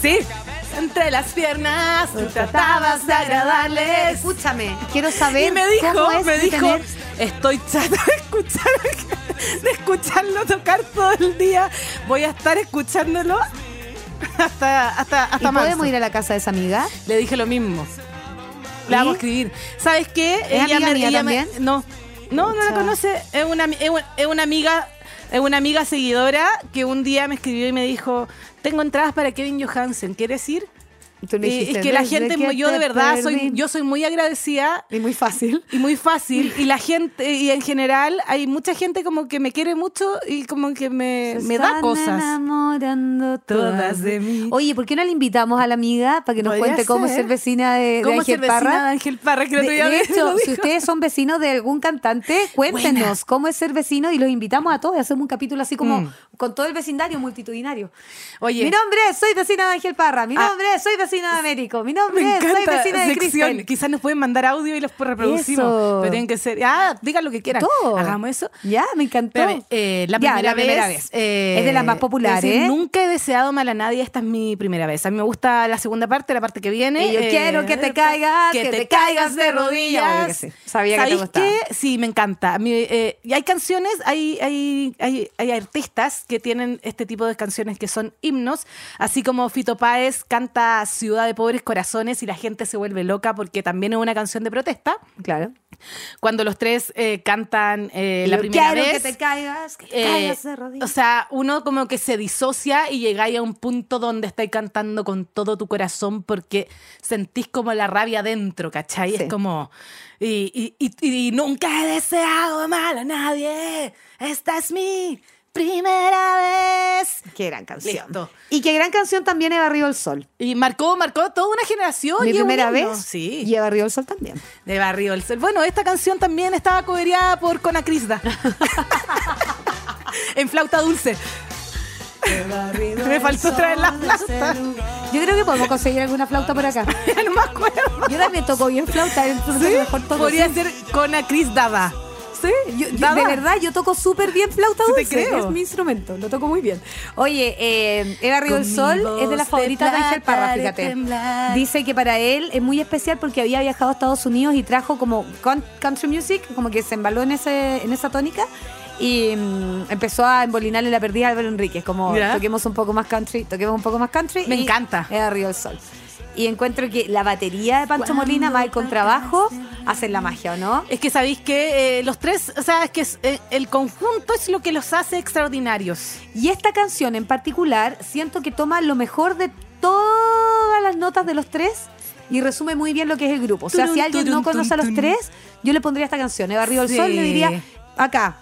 B: Sí. Entre las piernas, tú tratabas de agradarles.
C: Escúchame, quiero saber
B: y me dijo,
C: cómo es
B: me dijo,
C: tener-
B: estoy chata de escuchar, de escucharlo tocar todo el día. Voy a estar escuchándolo hasta hasta
C: ¿Y
B: hasta marzo.
C: podemos ir a la casa de esa amiga?
B: Le dije lo mismo. La vamos a escribir. ¿Sabes qué?
C: amiga mía también?
B: no, no, no la
C: Pucha.
B: conoce. Es una, ami- es, una, es una amiga. Es una amiga seguidora que un día me escribió y me dijo, tengo entradas para Kevin Johansen, ¿quieres ir?
C: Tú le
B: Y-
C: dijiste,
B: es que la
C: "Desde
B: gente,
C: que
B: yo de
C: te
B: verdad, soy,
C: perdí".
B: yo soy muy agradecida
C: Y muy fácil.
B: y muy fácil. Y la gente, y en general, hay mucha gente como que me quiere mucho y como que me, me da
C: Están
B: cosas.
C: enamorando
B: Todas de mí.
C: Oye, ¿por qué no la invitamos a la amiga para que nos
B: Podría
C: cuente cómo es
B: ser.
C: ser vecina de, de
B: ¿Cómo
C: Ángel
B: ser vecina
C: Parra?
B: de Ángel Parra? Que el otro
C: De-
B: día
C: de
B: me-
C: hecho,
B: lo
C: si
B: dijo.
C: ustedes son vecinos de algún cantante, cuéntenos
B: Buena.
C: cómo es ser vecino y los invitamos a todos y hacemos un capítulo así como
B: Mm.
C: con todo el vecindario multitudinario.
B: Oye,
C: Mi nombre es, soy vecina de Ángel Parra. Mi
B: Ah.
C: nombre es, soy vecina de Américo. Mi nombre
B: Me
C: es, soy
B: encanta
C: vecina de
B: sección.
C: Cristian.
B: Quizás nos pueden mandar audio y los reproducimos.
C: Eso.
B: Pero tienen que ser. Ah, digan lo que quieran.
C: Todo.
B: Hagamos eso.
C: Ya, me encantó.
B: Espérame, eh, la,
C: Ya,
B: primera
C: la primera vez. Es de las más populares,
B: es decir,
C: ¿eh?
B: Nunca he deseado mal a nadie. Esta es mi primera vez. A mí me gusta la segunda parte, la parte que viene. eh,
C: Y yo quiero que te caigas,
B: que,
C: que
B: te
C: te
B: caigas de
C: Obvio que
B: rodillas.
C: sí. Sabía que te
B: ¿Sabéis
C: gustaba.
B: qué? Sí, me encanta. A mí, eh, y hay canciones, hay, hay, hay, hay artistas que tienen este tipo de canciones que son himnos, así como Fito Páez canta Ciudad de Pobres Corazones y la gente se vuelve loca porque también es una canción de protesta.
C: Claro.
B: Cuando los tres eh, cantan eh, la
C: Yo
B: primera
C: quiero
B: vez.
C: que te caigas, que te
B: Eh,
C: caigas de rodillas.
B: o sea, uno como que se disocia y llegáis a un punto donde estáis cantando con todo tu corazón porque sentís como la rabia dentro, ¿cachai?
C: Sí.
B: Es como, y, y- y- y nunca he deseado mal a nadie, esta es mi primera vez.
C: Qué gran canción.
B: Listo.
C: Y qué gran canción también Eva Río el Sol.
B: Y marcó, marcó toda una generación. y
C: Mi
B: es un
C: primera
B: himno.
C: vez.
B: Sí.
C: Y Eva Río el Sol también.
B: De Barrio del Sol. Bueno, esta canción también estaba cobereada por
C: [LAUGHS]
B: Conacrisda. en flauta dulce.
C: [LAUGHS]
B: Me faltó traer la flauta.
C: Yo creo que podemos conseguir alguna flauta por acá.
B: [LAUGHS] Ya no me acuerdo.
C: Yo también toco bien flauta, entonces mejor toco.
B: Podría ser Conacrisdaba.
C: Sí, yo- yo-
B: Daba.
C: de verdad, yo toco súper bien flauta
B: Sí, te
C: dulce.
B: creo.
C: Es mi instrumento, lo toco muy bien. Oye, eh, Eva Río del Sol es de las favoritas de Ángel Parra, fíjate. Dice que para él es muy especial porque había viajado a Estados Unidos y trajo como con- country music, como que se embaló en, ese, en esa tónica y mm, empezó a embolinarle la perdida a Álvaro Enríquez, como
B: Ya.
C: toquemos un poco más country, toquemos un poco más country.
B: Me
C: y
B: encanta.
C: Eva Río del Sol. Y encuentro que la batería de Pancho Molina más el contrabajo hacen la magia, ¿o no?
B: Es que sabéis que eh, los tres, o sea, es que es, eh, el conjunto es lo que los hace extraordinarios.
C: Y esta canción en particular, siento que toma lo mejor de todas las notas de los tres y resume muy bien lo que es el grupo. O sea,
B: Turun,
C: si alguien no
B: turun,
C: conoce a los
B: tun, tun.
C: tres, yo le pondría esta canción, Eva Río del
B: Sí.
C: Sol, le diría, acá,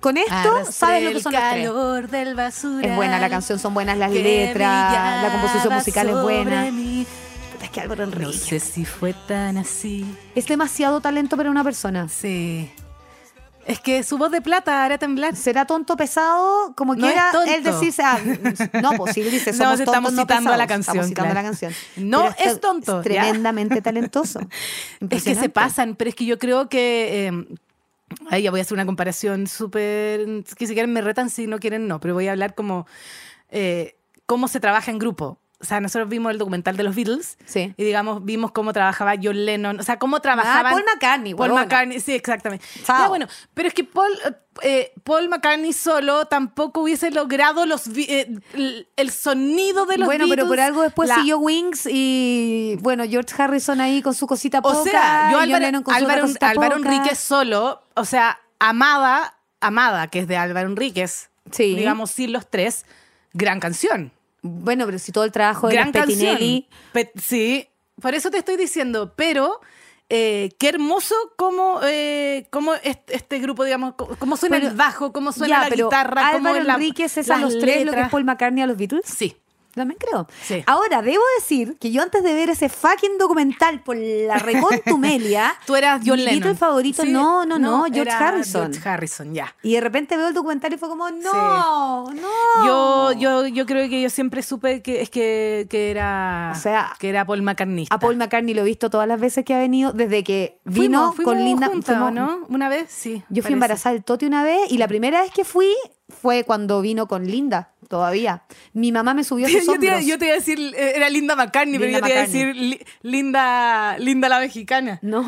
C: con esto
B: Arrastré
C: sabes lo que son
B: el
C: los tres.
B: calor del basura.
C: Es buena la canción, son buenas las letras, la composición musical es buena. Puta, Es que Álvaro
B: No
C: Enrique.
B: sé si fue tan así.
C: Es demasiado talento para una persona.
B: Sí. Es que su voz de plata hará temblar.
C: Será tonto pesado, como
B: No
C: quiera
B: es tonto.
C: él decirse, ah, no, pues sí,
B: [LAUGHS]
C: dice,
B: No,
C: somos
B: si
C: tontos,
B: estamos
C: no
B: citando a la
C: pesados.
B: canción,
C: Estamos citando
B: claro.
C: la canción.
B: No
C: Pero
B: es
C: este
B: tonto,
C: Es
B: ¿ya? [LAUGHS]
C: tremendamente talentoso.
B: Es que
C: Impresionante.
B: se pasan, pero es que yo creo que. eh, ay, ya voy a hacer una comparación súper. Que si quieren me retan, si no quieren no, pero voy a hablar como. eh, cómo se trabaja en grupo. O sea, nosotros vimos el documental de los Beatles
C: Sí.
B: y, digamos, vimos cómo trabajaba John Lennon. O sea, cómo trabajaban.
C: Ah, Paul McCartney,
B: Paul
C: huevona.
B: McCartney, sí, exactamente.
C: Chao.
B: Ya, bueno, pero es que Paul, eh, Paul McCartney solo tampoco hubiese logrado los vi- eh, el, el sonido de los
C: Bueno, pero por
B: Beatles,
C: algo después
B: la-
C: siguió Wings y bueno, George Harrison ahí con su cosita poca.
B: O sea, yo
C: John
B: Álvaro,
C: Lennon con su
B: Álvaro-
C: otra cosita
B: Álvaro
C: poca.
B: Enríquez solo, o sea, Amada, Amada, que es de Álvaro Enríquez,
C: Sí.
B: digamos, sin los tres, gran canción.
C: Bueno, pero si todo el trabajo de
B: Gran
C: los
B: canción.
C: Petinelli.
B: Pe- sí, por eso te estoy diciendo, pero eh, qué hermoso cómo, eh, cómo este, este grupo, digamos, cómo- cómo suena
C: Pero-
B: el bajo, cómo suena
C: ya,
B: la
C: pero
B: guitarra, cómo
C: Álvaro
B: es la,
C: Enríquez es a
B: las
C: los tres lo que
B: letras.
C: es Paul McCartney a los Beatles.
B: Sí.
C: también creo.
B: Sí.
C: Ahora, debo decir que yo antes de ver ese fucking documental por la [LAUGHS] recontumelia,
B: Tú eras John
C: mi
B: Lennon.
C: grito favorito,
B: Sí,
C: no, no, no, George
B: era
C: Harrison.
B: George Harrison, ya.
C: y de repente veo el documental y fue como, no, no.
B: Yo, yo, yo creo que yo siempre supe que es que, que era
C: O sea,
B: que era Paul McCartney.
C: A Paul McCartney lo he visto todas las veces que ha venido, desde que vino con Linda.
B: juntas,
C: fuimos-
B: ¿no? Una vez, sí.
C: Yo fui
B: parece.
C: embarazada del Toti una vez y la primera vez que fui fue cuando vino con Linda, todavía. Mi mamá me [LAUGHS] subió a
B: [LAUGHS]
C: sus
B: Yo te, iba-
C: hombros.
B: yo te iba a decir, eh, era Linda McCartney, pero
C: Linda
B: yo te iba a
C: McCartney.
B: decir Li- Linda, Linda la mexicana.
C: [LAUGHS] No,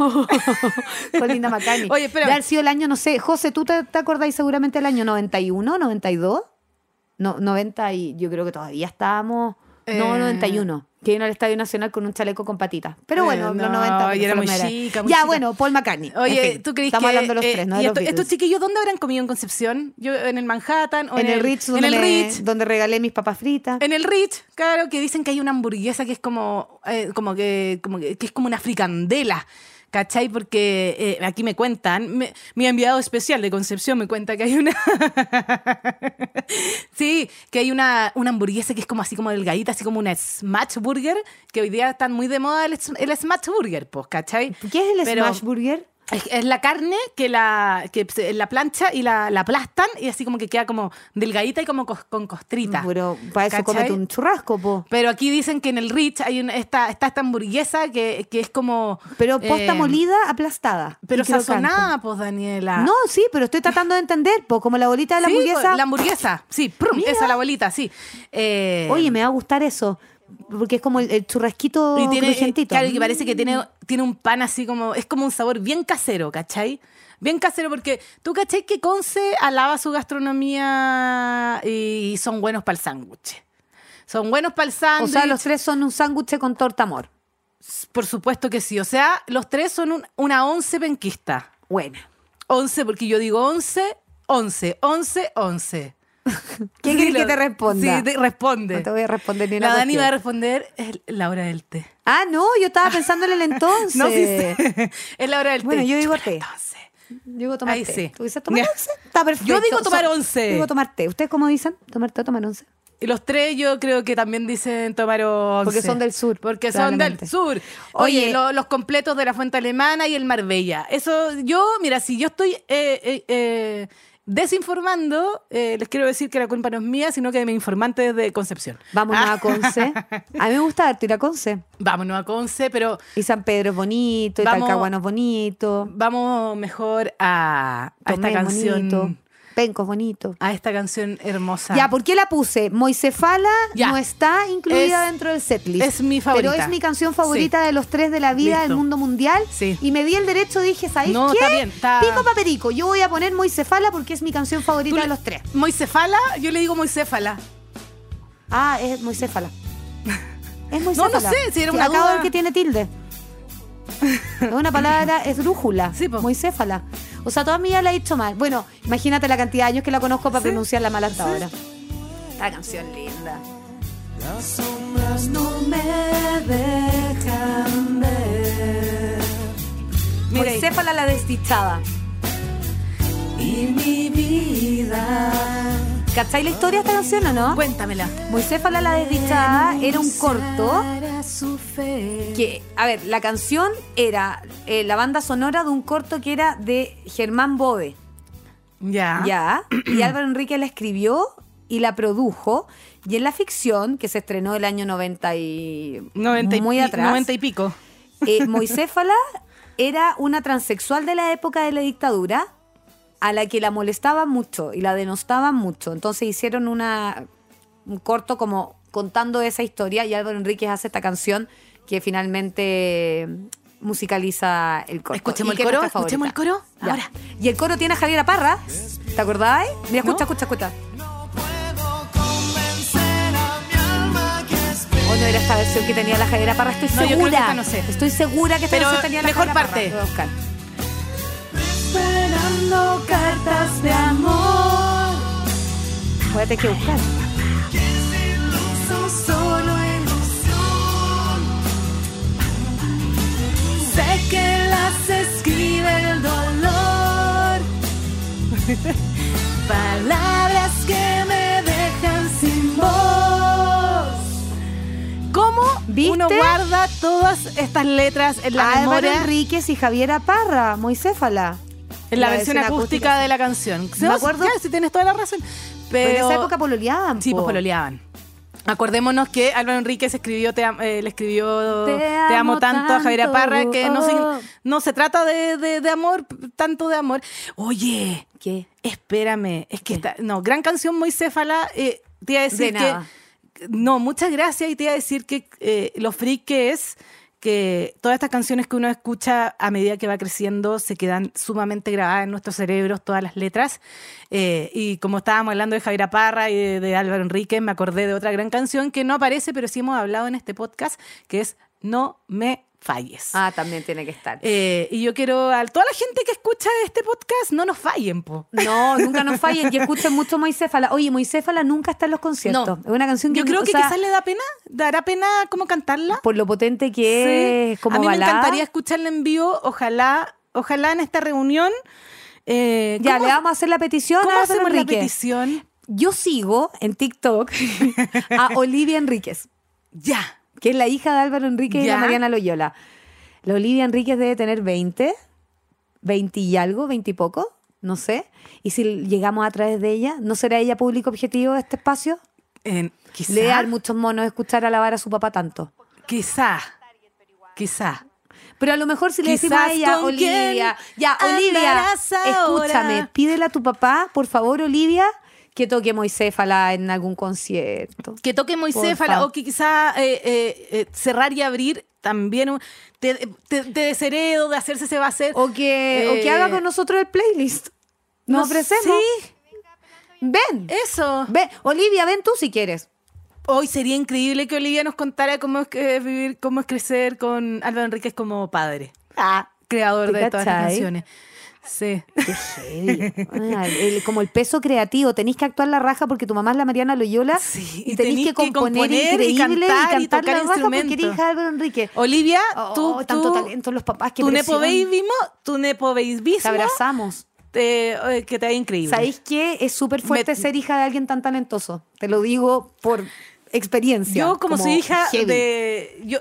C: con Linda McCartney.
B: Oye, espérame.
C: De haber sido el año, no sé, José, ¿tú te, te acordáis seguramente del año 91, 92? No, 90 y yo creo que todavía estábamos... No,
B: Eh.
C: 91. Que vino al Estadio Nacional con un chaleco con patitas. Pero
B: Eh,
C: bueno, los
B: no,
C: 90.
B: y era
C: fueron
B: muy
C: era.
B: chica, muy
C: ya,
B: chica.
C: bueno, Paul McCartney.
B: Oye,
C: En fin,
B: ¿tú crees
C: Estamos
B: que,
C: hablando de los
B: eh,
C: tres, ¿no?
B: y
C: De los
B: esto-
C: Beatles.
B: estos chiquillos dónde habrán comido en Concepción? Yo en el Manhattan o
C: en el Ritz, donde,
B: en el
C: me-
B: Ritz.
C: donde regalé mis papas fritas.
B: En el Rich, claro, que dicen que hay una hamburguesa que es como, eh, como que, como que, que es como una fricandela. ¿Cachai? Porque eh, aquí me cuentan, me- mi enviado especial de Concepción me cuenta que hay una. [LAUGHS] sí, que hay una, una hamburguesa que es como así como delgadita, así como una smash burger, que hoy día están muy de moda el, s- el smash burger, pues, ¿cachai?
C: ¿Qué es el
B: Pero-
C: smash burger?
B: Es, es la carne que la, que se- en la plancha y la, la aplastan y así como que queda como delgadita y como cos- con costrita.
C: Pero para eso
B: ¿Cachai?
C: cómete un churrasco, po.
B: Pero aquí dicen que en el Rich hay una, esta, está esta hamburguesa que, que es como.
C: Pero posta
B: eh,
C: molida, aplastada.
B: Pero
C: y crocante.
B: sazonada, pues, Daniela.
C: No, sí, pero estoy tratando de entender, po, como la bolita de la
B: Sí,
C: hamburguesa.
B: La hamburguesa, sí, prum,
C: Mira.
B: esa la bolita, sí. Eh,
C: Oye, me va a gustar eso. Porque es como el, el churrasquito
B: y tiene, eh,
C: crujientito.
B: claro, y que parece que tiene, tiene un pan así como. Es como un sabor bien casero, ¿cachai? Bien casero, porque tú, ¿cachai? Que Conce alaba su gastronomía y son buenos para el sándwich. Son buenos para el
C: o
B: sándwich.
C: sea, los tres son un sándwich con torta amor.
B: Por supuesto que sí. O sea, los tres son un- una once penquista.
C: Buena.
B: 11, porque yo digo 11, 11, 11, 11.
C: ¿Quién
B: Sí,
C: crees que
B: lo-
C: te responda?
B: Sí, te- responde.
C: No te voy a responder ni una
B: La Dani
C: cuestión.
B: va a responder es la hora del té.
C: Ah, no, yo estaba pensando en el entonces.
B: [LAUGHS] No, sí, sé. es la hora del
C: Bueno,
B: té.
C: yo digo
B: Chúpala
C: té.
B: entonces.
C: Yo digo tomar
B: Ahí
C: té.
B: sí.
C: ¿Tú dices tomar
B: Ya.
C: once? Está perfecto.
B: Yo digo tomar
C: So-
B: once.
C: Digo tomar té. ¿Ustedes cómo dicen? ¿Tomar té o tomar once?
B: Y los tres yo creo que también dicen tomar 11.
C: Porque son del sur,
B: Porque son del
C: probablemente.
B: sur. Oye,
C: Oye.
B: lo- los completos de la Fuente Alemana y el Marbella. Eso, yo, mira, si yo estoy eh, eh, eh, desinformando, eh, les quiero decir que la culpa no es mía, sino que de mi informante de Concepción.
C: Vamos
B: Ah,
C: a
B: [LAUGHS]
C: Conce. A mí me gusta harto ir a Conce.
B: Vámonos a Conce, pero
C: Y San Pedro es bonito, y
B: Vamos-
C: Talcahuano es bonito,
B: Vamos mejor a, a esta
C: Tomé es
B: canción.
C: bonito, Penco es bonito.
B: A esta canción hermosa.
C: Ya, pues, ¿por qué la puse? Moisefala
B: Ya.
C: no está incluida
B: Es-
C: dentro del setlist.
B: es mi favorita.
C: Pero es mi canción favorita de los tres de la vida
B: Listo.
C: del mundo mundial.
B: Sí.
C: Y me di el derecho, dije, ¿sabéis
B: No,
C: qué?
B: está bien, está-
C: Pico paperico. Yo voy a poner Moisefala porque es mi canción
B: Tú
C: favorita
B: le-
C: de los tres.
B: Moisefala, yo le digo Moisefala.
C: Ah, es Moisefala. Es
B: [LAUGHS]
C: Moisefala.
B: sé, si era
C: Sí,
B: una
C: Acabo de
B: duda.
C: ver que
B: [LAUGHS]
C: tiene tilde. Es una palabra esdrújula.
B: Sí, po.
C: Moisefala. O sea, toda mi vida la he dicho mal. Bueno, imagínate la cantidad de años que la conozco para
B: Sí,
C: pronunciarla mal hasta
B: sí.
C: ahora. Esta canción linda.
D: Las sombras
C: No me dejan ver.
B: Mira ahí.
C: Moisefala la desdichada.
B: Y mi vida.
C: ¿Cacháis la historia de esta canción o no?
B: Cuéntamela.
C: Moisefala la desdichada era un corto que, a ver, la canción era eh, la banda sonora de un corto que era de Germán Bove,
B: Ya.
C: ya,
B: [CLEARS THROAT]
C: y Álvaro Enrique la escribió y la produjo, y en la ficción, que se estrenó el año 90 y...
B: 90 y,
C: muy
B: pi-
C: atrás,
B: 90 y pico. [LAUGHS]
C: eh, Moisefala era una transexual de la época de la dictadura a la que la molestaban mucho y la denostaban mucho. Entonces hicieron una, un corto como contando esa historia y Álvaro Enríquez hace esta canción que finalmente musicaliza el corto.
B: Escuchemos
C: Y
B: el
C: que es
B: coro,
C: nuestra
B: escuchemos el
C: favorita.
B: coro, ahora.
C: Y el coro tiene a Javier Parra. ¿Te acordás? Mira, escucha,
B: ¿No?
C: escucha, escucha.
D: No puedo convencer a mi alma que espera.
C: ¿O Oh, no era esta versión que tenía la Javiera Parra? Estoy
B: No, yo
C: segura.
B: creo que esta no sé.
C: Estoy segura que esta
B: Pero
C: versión tenía la
B: mejor
C: Javiera
B: parte.
C: Parra. Voy a buscar.
D: Esperando cartas de amor.
C: Voy a tener que buscar.
D: Son solo ilusión. Sé que las escribe el dolor. Palabras que me dejan sin voz.
C: ¿Viste?
B: Uno guarda todas estas letras en la
C: Álvaro
B: memoria,
C: Enríquez y Javiera Parra, Moicéfala.
B: en la, versión acústica, de la canción.
C: Me acuerdo-
B: Claro, si tienes toda la razón. Pero,
C: Pero en esa época pololeaban.
B: Sí, pues
C: po.
B: pololeaban. Acordémonos que Álvaro Enríquez escribió, te am- eh, le escribió
C: Te
B: Te,
C: amo
B: amo tanto, a Javier
C: tanto,
B: Parra, que no,
C: oh.
B: se, no se trata de, de- de amor, p- tanto de amor. Oye,
C: ¿Qué?
B: espérame, es que está, no, gran canción Moicéfala, eh, te iba a
C: De
B: decir que,
C: nada.
B: no, muchas gracias y te iba a decir que eh, lo freak que es que todas estas canciones que uno escucha a medida que va creciendo se quedan sumamente grabadas en nuestros cerebros, todas las letras. Eh, y como estábamos hablando de Javier Parra y de, de Álvaro Enríquez, me acordé de otra gran canción que no aparece, pero sí hemos hablado en este podcast, que es No me falles.
C: Ah, también tiene que estar.
B: Eh, y yo quiero a toda la gente que escucha este podcast, no nos fallen, po.
C: No, nunca nos fallen. Y escuchen mucho Moicéfala. Oye, Moicéfala nunca está en los conciertos.
B: No.
C: Es una canción que
B: Yo creo
C: o
B: que
C: sea,
B: quizás le da pena, dará pena como cantarla.
C: por lo potente que
B: Sí.
C: es,
B: a
C: como
B: mí
C: balada.
B: me encantaría escucharla en vivo. Ojalá, ojalá en esta reunión. eh,
C: Ya,
B: ¿cómo-
C: le vamos a hacer la petición
B: ¿Cómo
C: a
B: hacemos
C: Álvaro
B: la
C: Enríquez.
B: petición?
C: Yo sigo en TikTok
B: [LAUGHS]
C: a Olivia Enríquez,
B: Ya.
C: que es la hija de Álvaro Enríquez y de
B: Ya.
C: Mariana Loyola. La Olivia Enríquez debe tener 20, 20 y algo, 20 y poco, no sé. Y si llegamos a través de ella, ¿no será ella público objetivo de este espacio?
B: Eh, quizá,
C: Le dar muchos monos escuchar alabar a su papá tanto.
B: quizá. Quizá.
C: Pero a lo mejor si le decimos
B: Quizás
C: a ella,
B: con
C: Olivia,
B: quién
C: ya, Olivia,
B: andarás ahora.
C: escúchame, pídele a tu papá, por favor, Olivia, que toque Moicéfala en algún concierto.
B: Que toque
C: Porfa.
B: Moicéfala o que quizá eh, eh, eh, cerrar y abrir también un- te, te- te desheredo de hacerse se va a hacer.
C: O que, o que
B: Eh,
C: haga con nosotros el playlist. Nos
B: no
C: ofrecemos.
B: sé,
C: Ven,
B: eso.
C: ven, Olivia, ven tú si quieres.
B: Hoy sería increíble que Olivia nos contara cómo es que es vivir, cómo es crecer con Álvaro Enríquez como padre. creador
C: Ah, ¿Te
B: de todas las
C: cachai?
B: canciones. Sí.
C: Qué heavy. Ah, el- como el peso creativo, tenés que actuar la raja porque tu mamá es la Mariana Loyola
B: Sí,
C: y
B: y
C: tenés,
B: tenés
C: que
B: que
C: componer,
B: componer y
C: increíble y cantar,
B: cantar y tocar
C: la raja porque eres
B: instrumentos.
C: hija de Álvaro Enrique.
B: Olivia,
C: Oh,
B: tú,
C: tanto
B: tú-
C: talento los papás que
B: tu nepo
C: presión.
B: babyismo, tu nepo
C: Te
B: babyismo,
C: abrazamos.
B: te- eh, que te da increíble.
C: ¿Sabéis qué? Es súper fuerte
B: Me-
C: ser hija de alguien tan talentoso. Te lo digo por experiencia.
B: Yo como, soy hija
C: heavy.
B: de yo,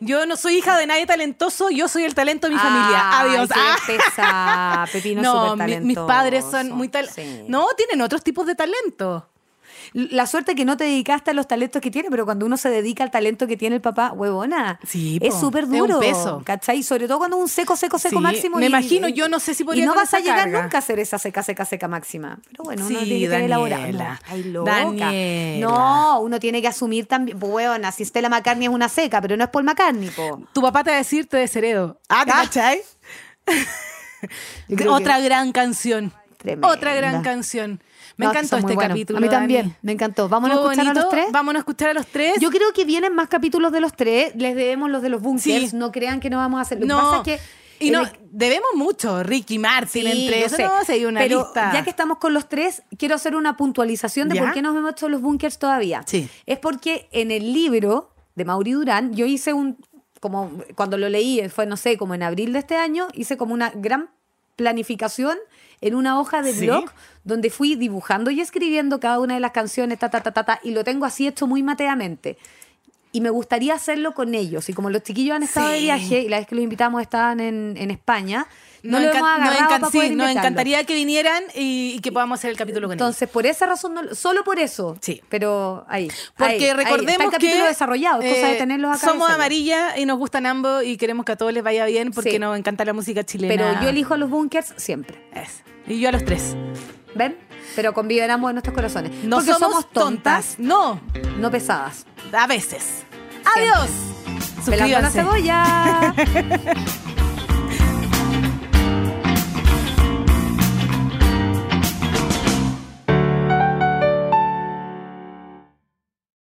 B: yo no soy hija de nadie talentoso, yo soy el talento de mi
C: Ay,
B: familia. Adiós.
C: qué
B: Ah. [LAUGHS]
C: belleza, Pepino
B: No,
C: súper
B: mi- mis padres son muy
C: talentoso.
B: talentosos.
C: Sí.
B: No, tienen otros tipos de talento.
C: La suerte que no te dedicaste a los talentos que tiene, pero cuando uno se dedica al talento que tiene el papá, huevona,
B: Sí,
C: es
B: po.
C: súper
B: Es un
C: duro.
B: peso.
C: ¿Cachai? Sobre todo cuando es un seco, seco, seco
B: Sí,
C: máximo.
B: me
C: y-
B: imagino, yo no sé si podría
C: Y no
B: con
C: vas a
B: esa
C: llegar
B: carga.
C: nunca a ser esa seca, seca, seca máxima. Pero bueno, uno
B: Sí,
C: tiene que tener elaborado. No,
B: Daniela.
C: ay, loca.
B: Daniela.
C: No, uno tiene que asumir también. pues, Huevona, si Stella McCartney es una seca, pero no es Paul McCartney, po.
B: Tu papá te va a decir te desheredo. Ah, ¿te cachai?
C: [LAUGHS] Yo creo
B: Otra
C: que-
B: gran canción.
C: Tremenda.
B: Otra gran canción. Me
C: No,
B: encantó
C: son muy
B: este
C: buenos.
B: capítulo.
C: A mí también,
B: Dani.
C: me encantó. ¿Vámonos a
B: Estuvo
C: escuchar a los
B: bonito.
C: tres?
B: Vámonos a escuchar a los tres.
C: Yo creo que vienen más capítulos de los tres. Les debemos los de los bunkers.
B: Sí.
C: No crean que no vamos a hacer. Lo que
B: no.
C: pasa es que.
B: y no,
C: el-
B: debemos mucho, Ricky Martin,
C: Sí,
B: entre
C: yo
B: eso
C: sé.
B: no se dio una
C: Pero
B: lista.
C: ya que estamos con los tres, quiero hacer una puntualización de
B: ¿Ya?
C: por qué nos hemos hecho los bunkers todavía.
B: Sí.
C: Es porque en el libro de Mauri Durán, yo hice un, como cuando lo leí, eh, fue, no sé, como en abril de este año, hice como una gran planificación en una hoja de
B: Sí.
C: blog donde fui dibujando y escribiendo cada una de las canciones, ta, ta, ta, ta, ta, y lo tengo así hecho muy mateamente. Y me gustaría hacerlo con ellos. Y como los chiquillos han estado de
B: Sí.
C: viaje y la vez que los invitamos estaban en, en España, no,
B: Nos
C: lo hemos
B: encan- nos
C: agarrado
B: encan-
C: para
B: sí,
C: poder
B: nos
C: invitarlo.
B: encantaría que vinieran y, y que podamos hacer el capítulo con ellos.
C: Entonces, por esa razón, no lo- solo por eso.
B: Sí.
C: Pero ahí. ahí, ahí.
B: Porque
C: Está
B: recordemos
C: el capítulo
B: que
C: desarrollado, es cosa de
B: eh,
C: tenerlos acá. y
B: Somos
C: hacerlo.
B: amarilla y nos gustan ambos y queremos que a todos les vaya bien porque
C: Sí.
B: nos encanta la música chilena.
C: Pero yo elijo a los bunkers siempre.
B: Eso. Y yo a los tres.
C: ¿Ven? Pero conviven ambos en nuestros corazones.
B: No
C: Porque
B: somos, tontas, no,
C: no pesadas.
B: a veces. Adiós.
C: Pelando
B: [LAUGHS]
C: la
B: Suscríbanse.
C: cebolla.